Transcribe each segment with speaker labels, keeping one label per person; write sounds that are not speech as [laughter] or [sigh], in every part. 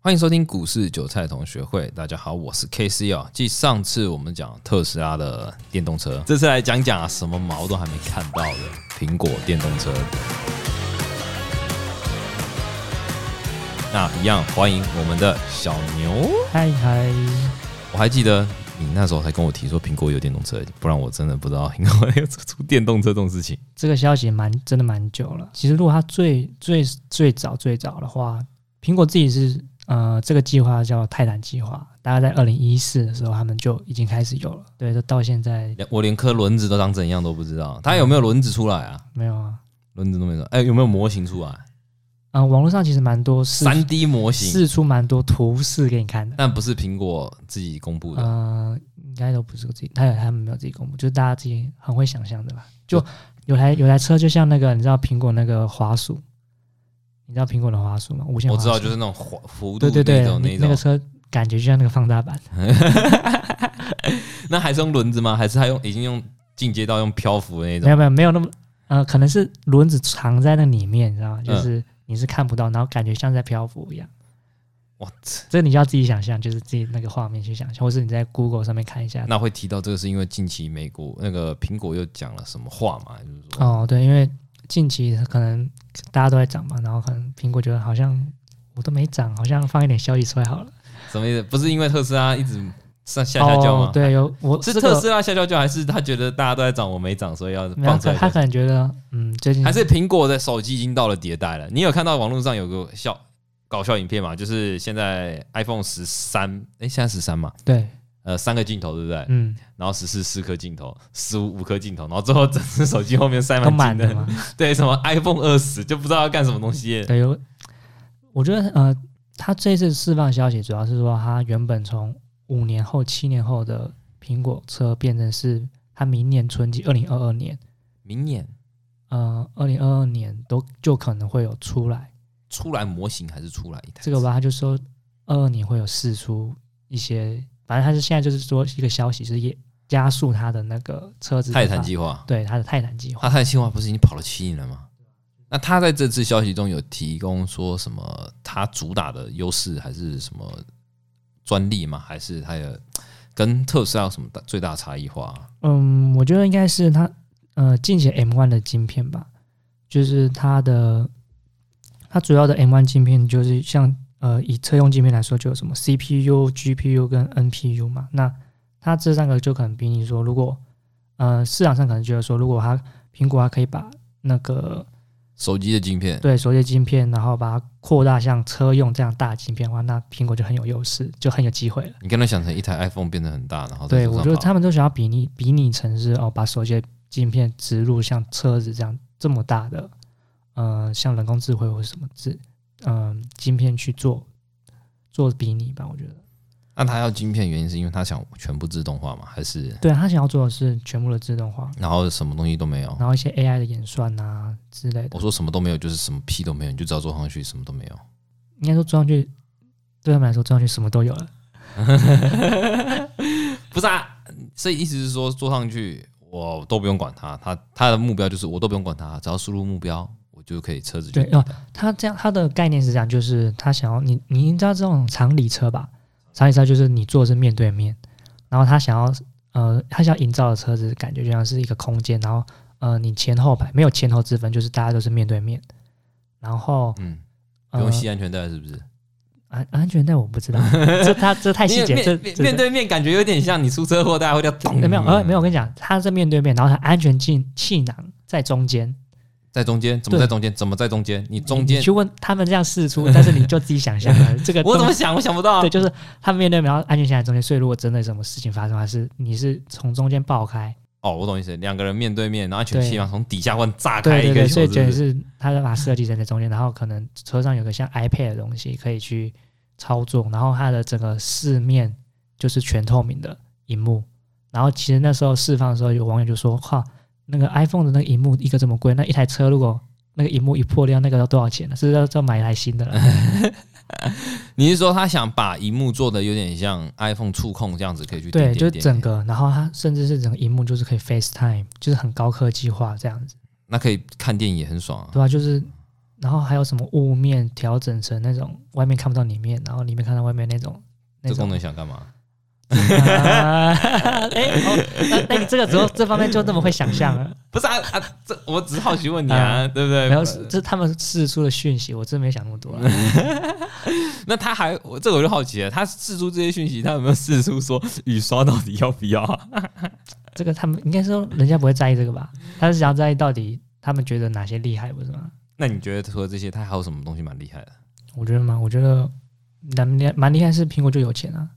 Speaker 1: 欢迎收听股市韭菜同学会，大家好，我是 K C 哦。继上次我们讲特斯拉的电动车，这次来讲讲啊什么毛都还没看到的苹果电动车。那一样欢迎我们的小牛，
Speaker 2: 嗨嗨，
Speaker 1: 我还记得你那时候还跟我提说苹果有电动车，不然我真的不知道苹果有出电动车这种事情。
Speaker 2: 这个消息蛮真的蛮久了。其实如果它最最最早最早的话，苹果自己是呃这个计划叫泰坦计划，大概在二零一四的时候他们就已经开始有了。对，就到现在
Speaker 1: 连 [laughs] 我连颗轮子都长怎样都不知道，它有没有轮子出来啊？
Speaker 2: 没有啊。
Speaker 1: 轮子都没有，哎、有没有模型出来？
Speaker 2: 嗯、网络上其实蛮多试
Speaker 1: 三 D 模型，啊
Speaker 2: 试出蛮多图示给你看的。
Speaker 1: 但不是苹果自己公布的。
Speaker 2: 呃，应该都不是我自己，他有他们没有自己公布，就是大家自己很会想象的吧。就有台有台车，就像那个你知道苹果那个滑鼠，你知道苹果的滑鼠吗？无线
Speaker 1: 我
Speaker 2: 滑
Speaker 1: 知
Speaker 2: 鼠。
Speaker 1: 道，就是那种滑弧度
Speaker 2: 啊对对对
Speaker 1: 那种，
Speaker 2: 那
Speaker 1: 那
Speaker 2: 那
Speaker 1: 种。
Speaker 2: 个车感觉就像那个放大版，
Speaker 1: 那还是用轮子吗？还是还用已经用进阶到用漂浮的那
Speaker 2: 没
Speaker 1: 种？
Speaker 2: 有没有没有那么呃，可能是轮子藏在那里面，你
Speaker 1: 嗯
Speaker 2: 知道吗？就是你是看不到，然后感觉像在漂浮一样。
Speaker 1: 我
Speaker 2: 这你就要自己想象，就是自己那个画面去想象，或是你在 Google 上面看一下。
Speaker 1: 那会提到这个是因为近期美国那个苹果又讲了什么话嘛？就是说，
Speaker 2: 哦，对，因为近期可能大家都在涨嘛，然后可能苹果觉得好像我都没涨，好像放一点消息出来好了。
Speaker 1: 什么意思？不是因为特斯拉一直上下下叫吗？
Speaker 2: 哦、，对，有我
Speaker 1: 是
Speaker 2: 这
Speaker 1: 特
Speaker 2: 个
Speaker 1: 斯拉下下叫，还是他觉得大家都在涨，我没涨，所以要
Speaker 2: 没有
Speaker 1: 放出
Speaker 2: 他
Speaker 1: 来
Speaker 2: 他
Speaker 1: 叫？
Speaker 2: 可能觉得嗯，最近
Speaker 1: 还是苹果的手机已经到了迭代了？你有看到网络上有个笑搞笑影片嘛？就是现在 iPhone 十三，哎，现在十三嘛，
Speaker 2: 对，
Speaker 1: 呃，三个镜头对不对？
Speaker 2: 嗯，
Speaker 1: 然后十四四颗镜头，十五五颗镜头，然后最后整只手机后面塞
Speaker 2: 都
Speaker 1: 满
Speaker 2: 满
Speaker 1: 镜
Speaker 2: 的
Speaker 1: 的，
Speaker 2: 嘛。
Speaker 1: [laughs] 对，什么 iPhone 二十就不知道要干什么东西耶。
Speaker 2: 对，有，我觉得呃，他这次释放消息主要是说，他原本从五年后、七年后的苹果车变成是他明年春季，二零二二年，
Speaker 1: 明年
Speaker 2: 呃，二零二二年都就可能会有出来
Speaker 1: 出来模型还是出来一台？
Speaker 2: 这个吧。他就说二二年会有试出一些，反正他是现在就是说一个消息，就是也加速他的那个车子的
Speaker 1: 泰坦
Speaker 2: 发
Speaker 1: 计划，
Speaker 2: 对他的泰坦计划。
Speaker 1: 那泰坦计划不是已经跑了七年了吗？那他在这次消息中有提供说什么？他主打的优势还是什么专利吗？还是他的跟特斯拉有什么大最大的差异化？
Speaker 2: 嗯，我觉得应该是它呃近期 M 1的晶片吧，就是它的它主要的 M 1晶片就是像呃以车用晶片来说，就有什么 CPU、GPU 跟 NPU 嘛。那它这三个就可能比你说，如果呃市场上可能觉得说，如果它苹果它可以把那个
Speaker 1: 手机的晶片，
Speaker 2: 对手机晶片，然后把它扩大像车用这样大的晶片的话，那苹果就很有优势，就很有机会了。
Speaker 1: 你刚才想成一台 iPhone 变得很大，然后在
Speaker 2: 对，
Speaker 1: 手
Speaker 2: 我
Speaker 1: 上
Speaker 2: 觉得
Speaker 1: 跑
Speaker 2: 他们都想要比拟比拟成是哦，把手机的晶片植入像车子这样这么大的，呃，像人工智慧或者什么智，嗯、晶片去做做比拟吧。我觉得，
Speaker 1: 那他要晶片原因是因为他想全部自动化嘛，还是
Speaker 2: 对他想要做的是全部的自动化，
Speaker 1: 然后什么东西都没有？
Speaker 2: 然后一些 AI 的演算啊之类的，
Speaker 1: 我说什么都没有，就是什么屁都没有，你就只要坐上去什么都没有。
Speaker 2: 应该说装上去对他们来说装上去什么都有了。
Speaker 1: 不是啊，所以意思是说坐上去我都不用管它，它它的目标就是我都不用管它，只要输入目标我就可以车子就
Speaker 2: 对哦，他这样他的概念是这样，就是他想要你，你知道这种常理车吧？常理车就是你坐的是面对面，然后他想要呃，他想要营造的车子感觉就像是一个空间，然后呃，你前后排没有前后之分，就是大家都是面对面，然后
Speaker 1: 嗯，不
Speaker 2: 呃
Speaker 1: 用系安全带是不是？
Speaker 2: 安安全带我不知道，这他这太细
Speaker 1: 因为
Speaker 2: 节，这
Speaker 1: 面面
Speaker 2: 这
Speaker 1: 面对面感觉有点像你出车祸大家会叫咚，
Speaker 2: 没有呃没有，我跟你讲，他是面对面，然后他安全进气囊在中间，
Speaker 1: 在中间怎么
Speaker 2: 对
Speaker 1: 在中间怎么在中间？你中
Speaker 2: 你
Speaker 1: 间
Speaker 2: 去问他们这样试出，但是你就自己想象了这个
Speaker 1: 我
Speaker 2: 东
Speaker 1: 怎么想我想不到啊
Speaker 2: 对，，就是他们面对面，然后安全线在中间，所以如果真的有什么事情发生，还是你是从中间爆开，
Speaker 1: 哦，我懂意思，两个人面对面，然后安全
Speaker 2: 对
Speaker 1: 气囊从底下换炸开
Speaker 2: 对
Speaker 1: 一个
Speaker 2: 对对，
Speaker 1: 球，
Speaker 2: 所以
Speaker 1: 是
Speaker 2: 觉
Speaker 1: 不
Speaker 2: 得
Speaker 1: 是？
Speaker 2: 是他把设计人在中间，然后可能车上有个像 iPad 的东西可以去操作，然后它的整个四面就是全透明的荧幕，然后其实那时候释放的时候，有网友就说：“靠，那个 iPhone 的那个荧幕一个这么贵，那一台车如果那个荧幕一破掉，那个要多少钱呢？是不是要要买一台新的
Speaker 1: [laughs]
Speaker 2: 了？”
Speaker 1: 你是说他想把荧幕做的有点像 iPhone 触控这样子，可以去
Speaker 2: 对，
Speaker 1: 点
Speaker 2: 就
Speaker 1: 点
Speaker 2: 是
Speaker 1: 点
Speaker 2: 整
Speaker 1: 点
Speaker 2: 个，然后它甚至是整个荧幕就是可以 FaceTime，就是很高科技化这样子。
Speaker 1: 那可以看电影也很爽啊。
Speaker 2: 对吧、就是然后还有什么雾面调整成那种外面看不到里面，然后里面看到外面那种那
Speaker 1: 这功
Speaker 2: 种。
Speaker 1: 能想干嘛？
Speaker 2: 啊 [laughs] 哎、哦，那那你这个时候这方面就那么会想象了？
Speaker 1: 不是啊啊，这我只是好奇问你啊，对不 [laughs] 对？
Speaker 2: 没有，是这他们释出的讯息，我真没想那么多啊。
Speaker 1: 那他还我这个我就好奇了，他试出这些讯息，他有没有试出说雨刷到底要不要 [laughs] 啊？
Speaker 2: 这个他们应该说人家不会在意这个吧？他是想要在意到底他们觉得哪些厉害，不是吗？
Speaker 1: 那你觉得除了这些，他还有什么东西蛮厉害的？
Speaker 2: 我觉得嘛，我觉得蛮厉蛮厉害是苹果就有钱啊，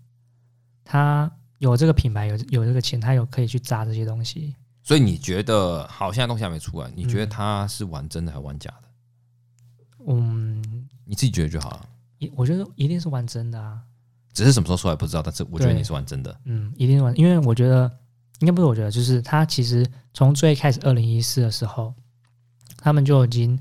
Speaker 2: 他有这个品牌，有有这个钱，他有可以去砸这些东西。
Speaker 1: 所以你觉得好，现在东西还没出来，你觉得他是玩真的还玩假的？
Speaker 2: 嗯，
Speaker 1: 你自己觉得就好了。
Speaker 2: 一我觉得一定是玩真的啊，
Speaker 1: 只是什么时候出来不知道，但是我觉得
Speaker 2: 对
Speaker 1: 你是玩真的。
Speaker 2: 嗯，一定是玩，因为我觉得应该不是我觉得，就是他其实从最开始二零一四的时候，他们就已经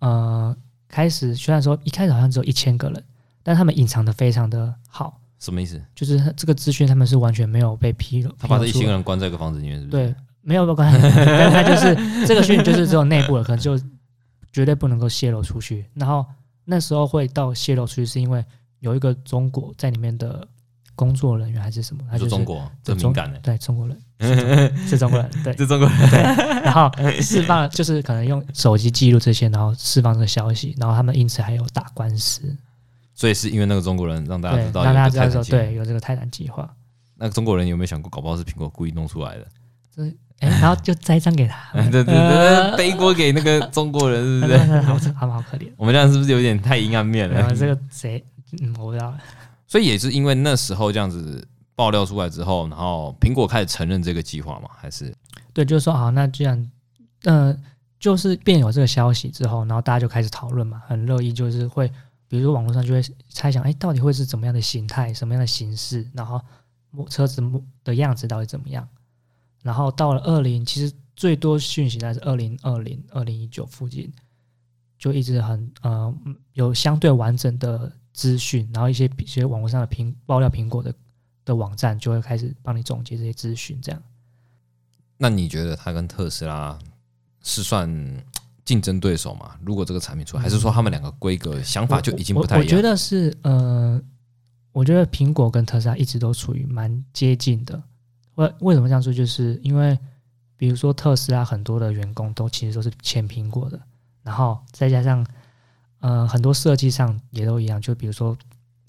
Speaker 2: 呃开始，虽然说一开始好像只有一千个人，但他们隐藏的非常的好。
Speaker 1: 什么意思？
Speaker 2: 就是他这个资讯他们是完全没有被披露，
Speaker 1: 他把这一
Speaker 2: 披露
Speaker 1: 千个
Speaker 2: 出来
Speaker 1: 人关在一个房子里面，是不是？
Speaker 2: 对，没有关系， [laughs] 但他就是这个讯息就是只有内部的，可能就绝对不能够泄露出去。然后那时候会到泄露出去，是因为有一个中国在里面的工作人员还是什么，他
Speaker 1: 你说
Speaker 2: 就是
Speaker 1: 中国这
Speaker 2: 中
Speaker 1: 敏感呢？
Speaker 2: 对中
Speaker 1: [laughs]
Speaker 2: 国人是中是中国人对，
Speaker 1: 这中国人
Speaker 2: 然后释放就是可能用手机记录这些，然后释放这个消息，然后他们因此还有打官司，
Speaker 1: 所以是因为那个中国人让大家
Speaker 2: 对，
Speaker 1: 知道，
Speaker 2: 让大家知道说
Speaker 1: 对。
Speaker 2: 对有这个泰坦计划。
Speaker 1: 那个中国人有没有想过，搞不好是苹果故意弄出来的？，
Speaker 2: 哎，然后就栽赃给
Speaker 1: [laughs]
Speaker 2: 他 [laughs]
Speaker 1: 对对对对，背锅给那个中国人，是不是？
Speaker 2: 好，他们好可怜。
Speaker 1: 我们这样是不是有点太阴暗面
Speaker 2: 然
Speaker 1: 了
Speaker 2: 后？这个谁，嗯，我不知道。
Speaker 1: 所以也是因为那时候这样子爆料出来之后，然后苹果开始承认这个计划嘛？还是
Speaker 2: 对，就是说，好，那既然，呃，就是便有这个消息之后，然后大家就开始讨论嘛，很乐意，就是会，比如说网络上就会猜想，哎，到底会是怎么样的形态，什么样的形式，然后摩车子的样子到底怎么样？然后到了二零，其实最多讯息在是二零二零、二零一九附近，就一直很呃有相对完整的资讯，然后一些一些网络上的苹爆料苹果的的网站就会开始帮你总结这些资讯，这样。
Speaker 1: 那你觉得它跟特斯拉是算竞争对手吗？如果这个产品出来，还是说他们两个规格想法就已经不太
Speaker 2: 我
Speaker 1: 一
Speaker 2: 我觉
Speaker 1: 样？
Speaker 2: 得是呃，我觉得苹果跟特斯拉一直都处于蛮接近的。为为什么这样说？就是因为比如说特斯拉很多的员工都其实都是前苹果的，然后再加上呃很多设计上也都一样，就比如说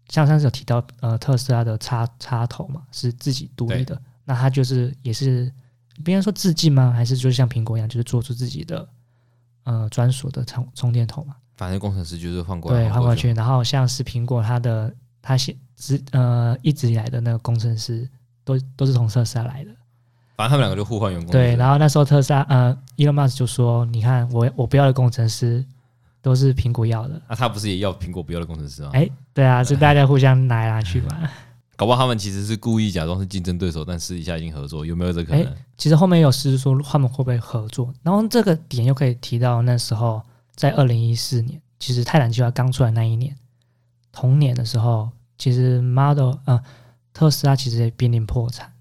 Speaker 2: 像上次有提到呃特斯拉的插插头嘛是自己独立的，那它就是也是别人说致敬吗？还是就像苹果一样，就是做出自己的呃专属的充充电头嘛？
Speaker 1: 反正工程师就是换过来
Speaker 2: 对，换过
Speaker 1: 去。
Speaker 2: 去。然后像是苹果，它的它写直呃一直以来的那个工程师都都是从特斯拉来的。
Speaker 1: 反正他们两个就互换员工。是不
Speaker 2: 对，
Speaker 1: 是
Speaker 2: 然后那时候特斯拉呃，Elon Musk 就说：“你看我我不要的工程师都是苹果要的。
Speaker 1: 那他不是也要苹果不要的工程师吗？”
Speaker 2: 哎，
Speaker 1: [laughs]
Speaker 2: 对啊，就大家互相拿来拿去嘛。
Speaker 1: 搞不好他们其实是故意假装是竞争对手，但私底下已经合作，有没有这可能？
Speaker 2: 其实后面有实施说他们会不会合作，然后这个点又可以提到那时候在二零一四年，其实泰坦计划刚出来那一年，同年的时候，其实 Model 呃特斯拉其实也濒临破产，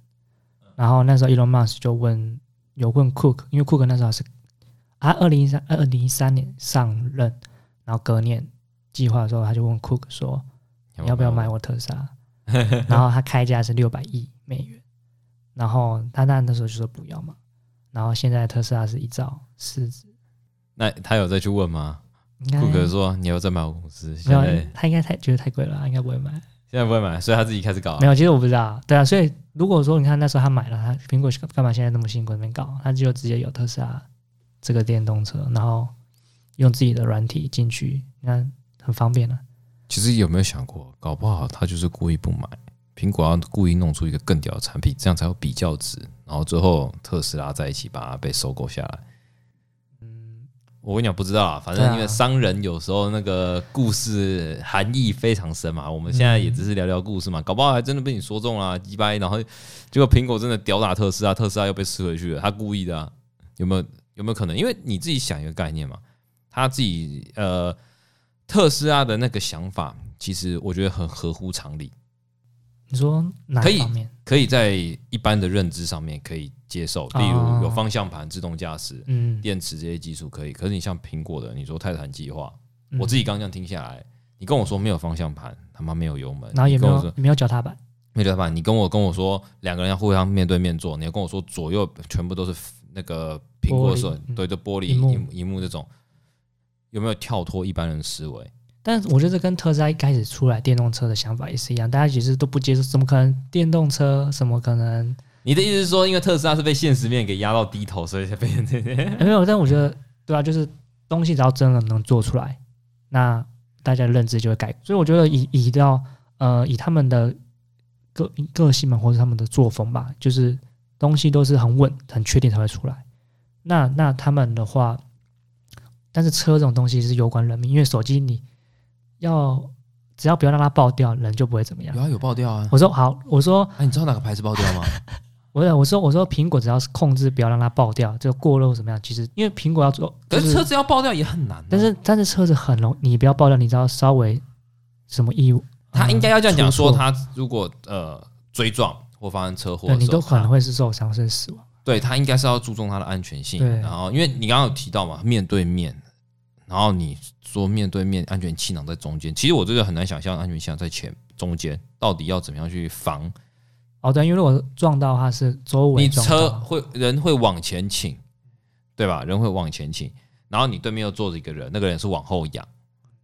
Speaker 2: 然后那时候 Elon Musk 就问有问 Cook，因为 Cook 那时候是他二零一三二零一三年上任，然后隔年计划的时候，他就问 Cook 说你要不要买？我特斯拉？ [laughs] 然后他开价是六百亿美元，然后他当然那时候就说不要嘛。然后现在特斯拉是一兆市值，
Speaker 1: 那他有再去问吗？
Speaker 2: 应该
Speaker 1: 库克说：“你要不要再买我公司？”现
Speaker 2: 哎没
Speaker 1: 在
Speaker 2: 有，他应该太觉得太贵了，啊他应该不会买。
Speaker 1: 现在不会买，所以他自己开始搞啊
Speaker 2: 没。有，其实我不知道。对啊，所以如果说你看那时候他买了，他苹果干嘛现在那么辛苦在那边搞？他就直接有特斯拉这个电动车，然后用自己的软体进去，你看很方便了、啊
Speaker 1: 其实有没有想过，搞不好他就是故意不买，苹果要故意弄出一个更屌的产品，这样才有比较值。然后最后特斯拉在一起把它被收购下来。
Speaker 2: 嗯，
Speaker 1: 我跟你讲，不知道啊，反
Speaker 2: 对
Speaker 1: 正
Speaker 2: 啊
Speaker 1: 因为商人有时候那个故事含义非常深嘛，我们现在也只是聊聊故事嘛，搞不好还真的被你说中了、啊，鸡掰，然后结果苹果真的屌打特斯拉，特斯拉又被吃回去了，他故意的、啊，有没有有没有可能？因为你自己想一个概念嘛，他自己呃，特斯拉的那个想法，其实我觉得很合乎常理，
Speaker 2: 你说哪
Speaker 1: 可以
Speaker 2: 一方面？
Speaker 1: 可以在一般的认知上面可以接受，例
Speaker 2: 哦
Speaker 1: 如有方向盘、自动驾驶、
Speaker 2: 嗯，
Speaker 1: 电池这些技术可以，可是你像苹果的，你说泰坦计划，
Speaker 2: 嗯
Speaker 1: 我自己刚这样听下来，你跟我说没有方向盘，他妈没有油门，
Speaker 2: 然后也
Speaker 1: 你
Speaker 2: 没
Speaker 1: 跟我说
Speaker 2: 有没有脚踏板，
Speaker 1: 没得办，你跟我跟我说两个人要互相面对面坐，你要跟我说左右全部都是那个苹果手
Speaker 2: 玻璃嗯
Speaker 1: 对对玻璃
Speaker 2: 荧幕
Speaker 1: 荧幕荧幕这种，有没有跳脱一般人思维？
Speaker 2: 但是我觉得这跟特斯拉一开始出来电动车的想法也是一样，大家其实都不接受，怎么可能电动车？怎么可能？
Speaker 1: 你的意思是说，因为特斯拉是被现实面给压到低头，所以才被这些？
Speaker 2: 哎没有，但我觉得对啊，就是东西只要真的能做出来，那大家的认知就会改。所以我觉得以以到呃以他们的个个性嘛，或者他们的作风吧，就是东西都是很稳、很确定才会出来。那那他们的话，但是车这种东西是有关人命，因为手机你要只要不要让它爆掉，人就不会怎么样
Speaker 1: 有。啊，有爆掉啊！
Speaker 2: 我说好，我说
Speaker 1: 哎、你知道哪个牌子爆掉吗？
Speaker 2: 我说我说我说苹果只要是控制不要让它爆掉，这个过热或怎么样，其实因为苹果要做，
Speaker 1: [laughs] 可
Speaker 2: 就是
Speaker 1: 车子要爆掉也很难啊、
Speaker 2: 但是但是车子很容，你不要爆料，你知道稍微什么义务，呃
Speaker 1: 他应该要这样讲
Speaker 2: 出错
Speaker 1: 说，他如果呃追撞或发生车祸
Speaker 2: 对
Speaker 1: 的时候，
Speaker 2: 你都可
Speaker 1: 他
Speaker 2: 能会是受伤甚至死亡。
Speaker 1: 对他应该是要注重他的安全性
Speaker 2: 对。
Speaker 1: 然后，因为你刚刚有提到嘛，面对面，然后你说面对面安全气囊在中间，其实我这个很难想象安全气囊在前中间到底要怎么样去防。
Speaker 2: 哦，对，因为如果撞到它是周围
Speaker 1: 你
Speaker 2: 撞
Speaker 1: 车
Speaker 2: 到，
Speaker 1: 会人会往前倾，对吧？人会往前倾，然后你对面又坐着一个人，那个人是往后仰，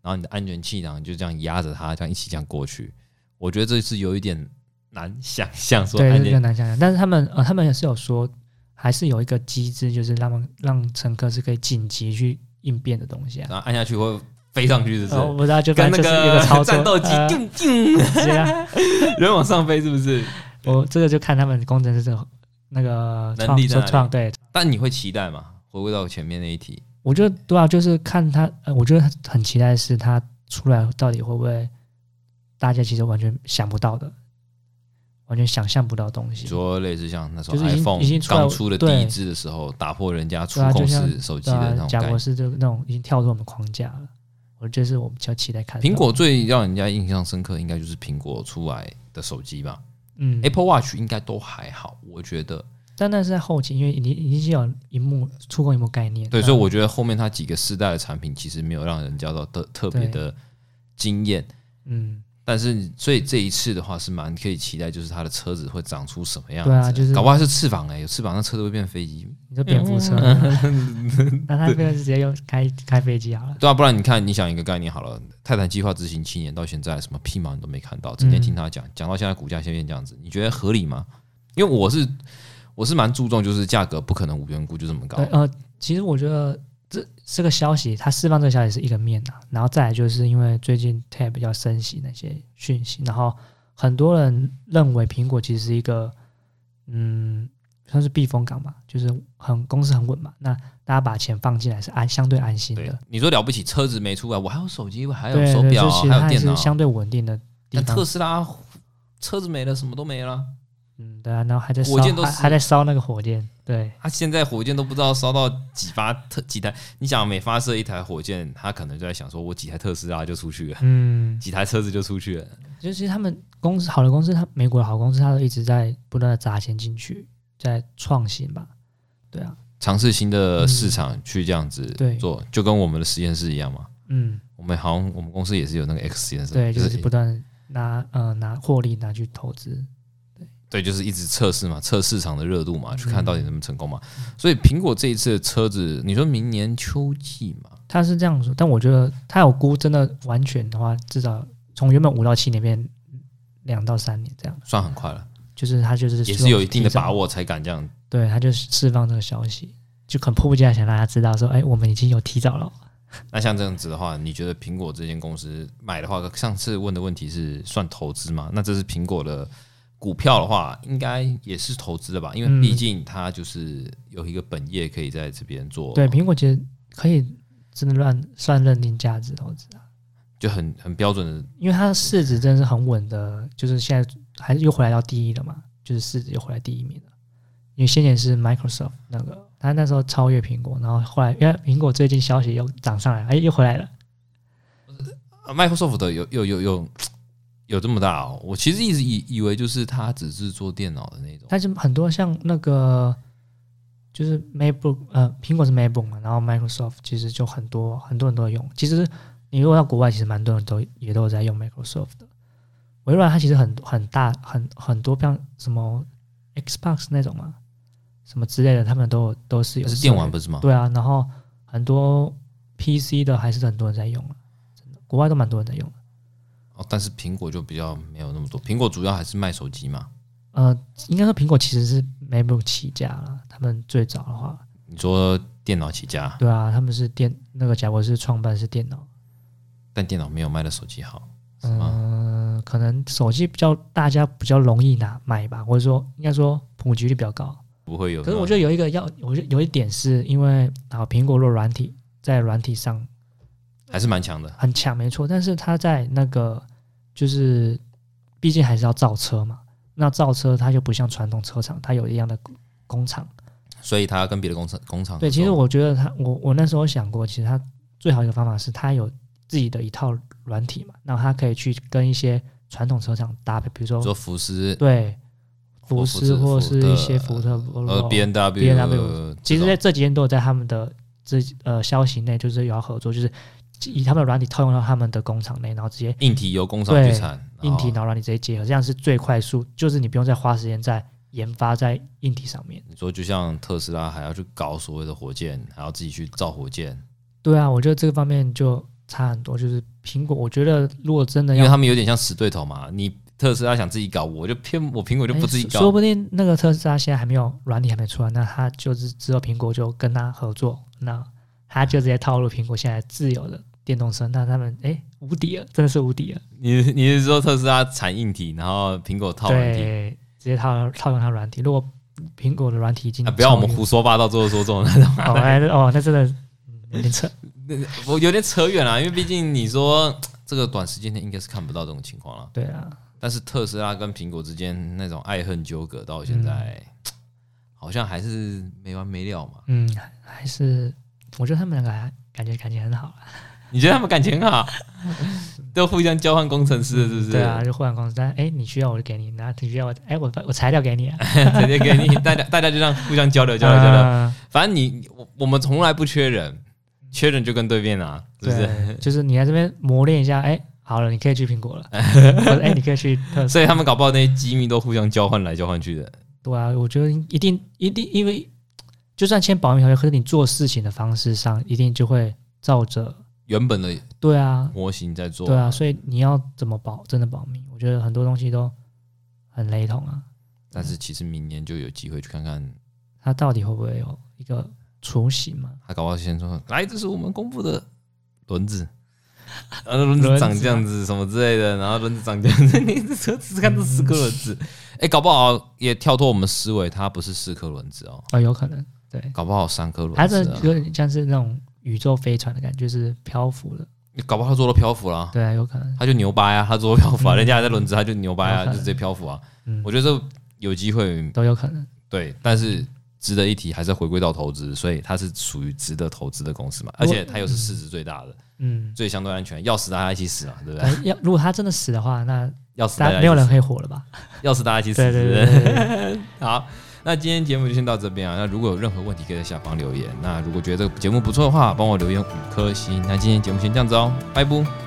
Speaker 1: 然后你的安全气囊就这样压着他，这样一起这样过去。我觉得这是有一点难想象，说哎
Speaker 2: 对，这
Speaker 1: 安
Speaker 2: 个
Speaker 1: 全
Speaker 2: 很难想象。但是他们呃，他们也是有说，还是有一个机制，就是让他们让乘客是可以紧急去应变的东西啊。
Speaker 1: 然后按下去会飞上去，是不
Speaker 2: 哦，我
Speaker 1: 是？
Speaker 2: 不知道，就
Speaker 1: 跟
Speaker 2: 反
Speaker 1: 那
Speaker 2: 正就是一个操
Speaker 1: 个
Speaker 2: 作
Speaker 1: 战斗机，啊 [laughs]
Speaker 2: 呃
Speaker 1: 啾啾
Speaker 2: 这样。
Speaker 1: 人往上飞是不是？
Speaker 2: 我这个就看他们工程师的那个
Speaker 1: 能
Speaker 2: 创
Speaker 1: 力在
Speaker 2: 说
Speaker 1: 哪里
Speaker 2: 创对
Speaker 1: 但你会期待嘛？回归到前面那一题，
Speaker 2: 我觉得对啊，就是看他，呃我觉得很期待的是他出来到底会不会大家其实完全想不到的，完全想象不到的东
Speaker 1: 你
Speaker 2: 西。
Speaker 1: 说类似像那种
Speaker 2: 就是已经
Speaker 1: iPhone
Speaker 2: 已经出来
Speaker 1: 刚出的第
Speaker 2: 对
Speaker 1: 一支的时候，打破人家触
Speaker 2: 对啊
Speaker 1: 控
Speaker 2: 就像
Speaker 1: 式手机
Speaker 2: 对
Speaker 1: 的
Speaker 2: 啊
Speaker 1: 那，种
Speaker 2: 贾
Speaker 1: 概
Speaker 2: 博
Speaker 1: 念。
Speaker 2: 士这个那种已经跳出我们框架了，我觉得是我们比较期待看到
Speaker 1: 苹
Speaker 2: 的
Speaker 1: 果，最让人家印象深刻，应该就是苹果出来的手机吧。
Speaker 2: 嗯，
Speaker 1: Apple Watch 应该都还好，我觉得。
Speaker 2: 但那是在后期，因为已经已经有荧幕触控荧幕概念，
Speaker 1: 对，
Speaker 2: 那
Speaker 1: 所以我觉得后面它几个世代的产品，其实没有让人家到特特别的惊艳。
Speaker 2: 嗯，
Speaker 1: 但是，所以这一次的话是蛮可以期待，就是它的车子会长出什么样子。
Speaker 2: 对啊就是
Speaker 1: 搞不好它是翅膀哎、有翅膀那车子会变飞机。
Speaker 2: 你说蝙蝠车， [laughs] 那他不然直接用开开飞机好了，
Speaker 1: 对啊，不然你看，你想一个概念好了，泰坦计划执行七年到现在，什么屁毛你都没看到，整天听他讲，
Speaker 2: 嗯
Speaker 1: 讲到现在股价现在这样子，你觉得合理吗？因为我是我是蛮注重，就是价格不可能无缘无故就这么高
Speaker 2: 对，，呃，其实我觉得这这个消息，它释放这个消息是一个面啊，然后再来就是因为最近 Tab 要升息那些讯息，然后很多人认为苹果其实是一个嗯算是避风港嘛，就是很公司很稳嘛，那大家把钱放进来是安相对安心
Speaker 1: 对
Speaker 2: 的，，
Speaker 1: 你说了不起，车子没出来，我还有手机，我还有
Speaker 2: 对
Speaker 1: 手
Speaker 2: 对，
Speaker 1: 表
Speaker 2: 就
Speaker 1: 啊，
Speaker 2: 其实它
Speaker 1: 还有
Speaker 2: 还
Speaker 1: 电脑
Speaker 2: 是
Speaker 1: 啊，
Speaker 2: 相对稳定的地
Speaker 1: 但
Speaker 2: 方
Speaker 1: 特。斯拉车子没了，什么都没了，
Speaker 2: 嗯，对啊，然后还在烧
Speaker 1: 火箭都
Speaker 2: 还
Speaker 1: 是
Speaker 2: 还在烧那个火箭，对，
Speaker 1: 他啊现在火箭都不知道烧到几发特几台，你想每发射一台火箭，他可能就在想说，我几台特斯拉就出去了， [laughs]
Speaker 2: 嗯，
Speaker 1: 几台车子就出去了。
Speaker 2: 就是其实他们公司好的公司，它美国的好公司，它都一直在不断的砸钱进去，在创新吧。对啊，
Speaker 1: 尝试新的市场去这样子
Speaker 2: 嗯对
Speaker 1: 做，就跟我们的实验室一样嘛。
Speaker 2: 嗯，
Speaker 1: 我们好像我们公司也是有那个 X 实验室，
Speaker 2: 对，
Speaker 1: 就
Speaker 2: 就是不断地拿呃拿获利拿去投资，
Speaker 1: 对，就是一直测试嘛，测市场的热度
Speaker 2: 嗯
Speaker 1: 嘛，去看到底能不能成功嘛。所以苹果这一次的车子，你说明年秋季嘛，
Speaker 2: 他是这样说，但我觉得他有估真的完全的话，至少从原本五到七年变两到三年这样，
Speaker 1: 算很快了，
Speaker 2: 就是他就是
Speaker 1: 也
Speaker 2: 希
Speaker 1: 是
Speaker 2: 望
Speaker 1: 有一定的
Speaker 2: 提早
Speaker 1: 把，握才敢这样。
Speaker 2: 对，他就释放这个消息，就很迫不及待想让大家知道说，哎，我们已经有提早了。
Speaker 1: 那像这样子的话，你觉得苹果这间公司买的话，上次问的问题是算投资吗？那这是苹果的股票的话，应该也是投资的吧？因为
Speaker 2: 嗯
Speaker 1: 毕竟它就是有一个本业可以在这边做，
Speaker 2: 对，苹果其实可以真的乱算认定价值投资啊。
Speaker 1: 就很很标准的
Speaker 2: 因为它的市值真的是很稳的，就是现在还是又回来到第一了嘛，就是市值又回来第一名了。因为先前是 Microsoft 那个，它那时候超越苹果，然后后来因为苹果最近消息又涨上来，哎，又回来了。
Speaker 1: 啊 Microsoft 的有有有有有这么大哦？我其实一直以以为就是它只是做电脑的那种，
Speaker 2: 但是很多像那个就是 MacBook，呃，苹果是 MacBook 嘛，然后 Microsoft 其实就很多很多人都在用。其实你你如果到国外，其实蛮多人都也都有在用 Microsoft 的。微软它其实很很大很很多像什么 Xbox 那种嘛，什么之类的，他们都有都是有
Speaker 1: 那是电
Speaker 2: 设
Speaker 1: 玩
Speaker 2: 备
Speaker 1: 不是吗？
Speaker 2: 对啊，然后很多 PC 的还是很多人在用啊，真的，国外都蛮多人在用的。
Speaker 1: 哦，但是苹果就比较没有那么多，苹果主要还是卖手机嘛。
Speaker 2: 呃，应该说苹果其实是 MacBook 起家了，他们最早的话，
Speaker 1: 你说电脑起家，
Speaker 2: 对啊，他们是电那个贾博士创办是电脑，
Speaker 1: 但电脑没有卖的手机好，是吗？
Speaker 2: 嗯、可能手机比较大家比较容易拿买吧，或者说应该说普及率比较高。
Speaker 1: 不会有。
Speaker 2: 可是我觉得有一个要，我觉得有一点是因为啊，苹果若软体在软体上
Speaker 1: 得还是蛮强的。
Speaker 2: 很强，没错。但是它在那个就是，毕竟还是要造车嘛。那造车它就不像传统车厂，它有一样的工厂。
Speaker 1: 所以它跟别的工厂工厂
Speaker 2: 对，
Speaker 1: 合
Speaker 2: 其实
Speaker 1: 作
Speaker 2: 我觉得它，我我那时候想过，其实它最好一个方法是它有自己的一套软体嘛，那它可以去跟一些传统车厂搭配，比如说
Speaker 1: 做福斯、
Speaker 2: 对
Speaker 1: 或
Speaker 2: 福
Speaker 1: 福斯
Speaker 2: 斯或
Speaker 1: 福
Speaker 2: 是
Speaker 1: 特
Speaker 2: 一些福特、
Speaker 1: 呃 B N W、
Speaker 2: BMW 其实在
Speaker 1: 这种
Speaker 2: 这几天都有在他们的这呃消息内，就是有要合作，就是以他们的软体套用到他们的工厂内，然后直接
Speaker 1: 硬体由工厂
Speaker 2: 对
Speaker 1: 去产，
Speaker 2: 硬体，然
Speaker 1: 然后
Speaker 2: 后软体直接结合，这样是最快速，就是你不用再花时间在研发在硬体上面。
Speaker 1: 你说就像特斯拉还要去搞所谓的火箭，还要自己去造火箭，
Speaker 2: 对啊，我觉得这个方面就差很多。就是苹果，我觉得如果真的
Speaker 1: 因为
Speaker 2: 要
Speaker 1: 他们有点像死对头嘛。你特斯拉想自己搞，我就偏我苹果就不自己
Speaker 2: 哎说说
Speaker 1: 搞。
Speaker 2: 不定那个特斯拉现在还没有软体还没出来，那他就是之后苹果就跟他合作，那他就直接套路苹果现在自有的电动车，那他们哎无敌了，真的是无敌了。
Speaker 1: 你你是说特斯拉产硬体，然后苹果套软体？
Speaker 2: 对，直接套套用它软体。如果苹果的软体已经、
Speaker 1: [laughs] 啊，不要我们胡说八道，最后说中那种。
Speaker 2: 哦，哎 [laughs] 哦，那真的嗯有点扯。
Speaker 1: 我有点扯远了，因为毕竟你说这个短时间内应该是看不到这种情况了。
Speaker 2: 对啊，
Speaker 1: 但是特斯拉跟苹果之间那种爱恨纠葛到现在，好像还是没完没了嘛。
Speaker 2: 嗯，还是我觉得他们两个还感觉感情很好啦。
Speaker 1: 你觉得他们感情好，都互相交换工程师了，是不是？
Speaker 2: 对啊，，就互相公司，但哎，你需要我就给你，那你需要我，哎，我我材料给你啊。
Speaker 1: 直接给你大家大家就这样互相交流交流交流。
Speaker 2: 嗯
Speaker 1: 反正你我我们从来不缺人，缺人就跟对面啊，是不是？
Speaker 2: 对，就是你在这边磨练一下，哎，好了，你可以去苹
Speaker 1: [laughs]
Speaker 2: 果了，或者哎，你可以去特斯。
Speaker 1: 所以他们搞不好那些机密都互相交换来交换去的。
Speaker 2: 对啊，我觉得一定一定，因为就算签保密条约，可是你做事情的方式上，一定就会照着。
Speaker 1: 原本的
Speaker 2: 对啊，
Speaker 1: 模型在做，
Speaker 2: 对啊，所以你要怎么保真的保密？我觉得很多东西都很雷同啊。
Speaker 1: 但是其实明年就有机会去看看
Speaker 2: 它到底会不会有一个雏形嘛？
Speaker 1: 他搞不好先说：“来，这是我们公布的轮
Speaker 2: [laughs]
Speaker 1: 子，然后轮子长这样子什么之类的，然后轮子长这样子， [laughs] 你这车只看这四颗轮子，哎、搞不好也跳脱我们思维，它不是四颗轮子哦，
Speaker 2: 啊、有可能，对，
Speaker 1: 搞不好三颗
Speaker 2: 它
Speaker 1: 轮
Speaker 2: 这
Speaker 1: 子、啊，
Speaker 2: 有点像是那种宇宙飞船的感觉，就是漂浮的。
Speaker 1: 你搞不好他做到漂浮啦，
Speaker 2: 对啊，有可能，
Speaker 1: 他就牛掰啊，他做到漂浮啊，
Speaker 2: 嗯
Speaker 1: 人家还在轮子，他就牛掰啊，
Speaker 2: 有可能
Speaker 1: 就直接漂浮啊，
Speaker 2: 嗯
Speaker 1: 我，觉得这有机会，
Speaker 2: 都有可能。
Speaker 1: 对，但是。”值得一提，还是回归到投资，所以它是属于值得投资的公司嘛，而且它又是市值最大的，
Speaker 2: 嗯，
Speaker 1: [laughs] 最相对安全，要死大家一起死嘛，对不对？
Speaker 2: 呃要如果它真的死的话，那
Speaker 1: 要死大家
Speaker 2: 大家
Speaker 1: 一起
Speaker 2: 没有人
Speaker 1: 死
Speaker 2: 可以活了吧？
Speaker 1: 要是大家一起死，
Speaker 2: [laughs] 对对
Speaker 1: 是不是
Speaker 2: 对对对，
Speaker 1: 好，那今天节目就先到这边啊。那如果有任何问题，可以在下方留言。那如果觉得这个节目不错的话，帮我留言五颗星。那今天节目先这样子哦，拜拜。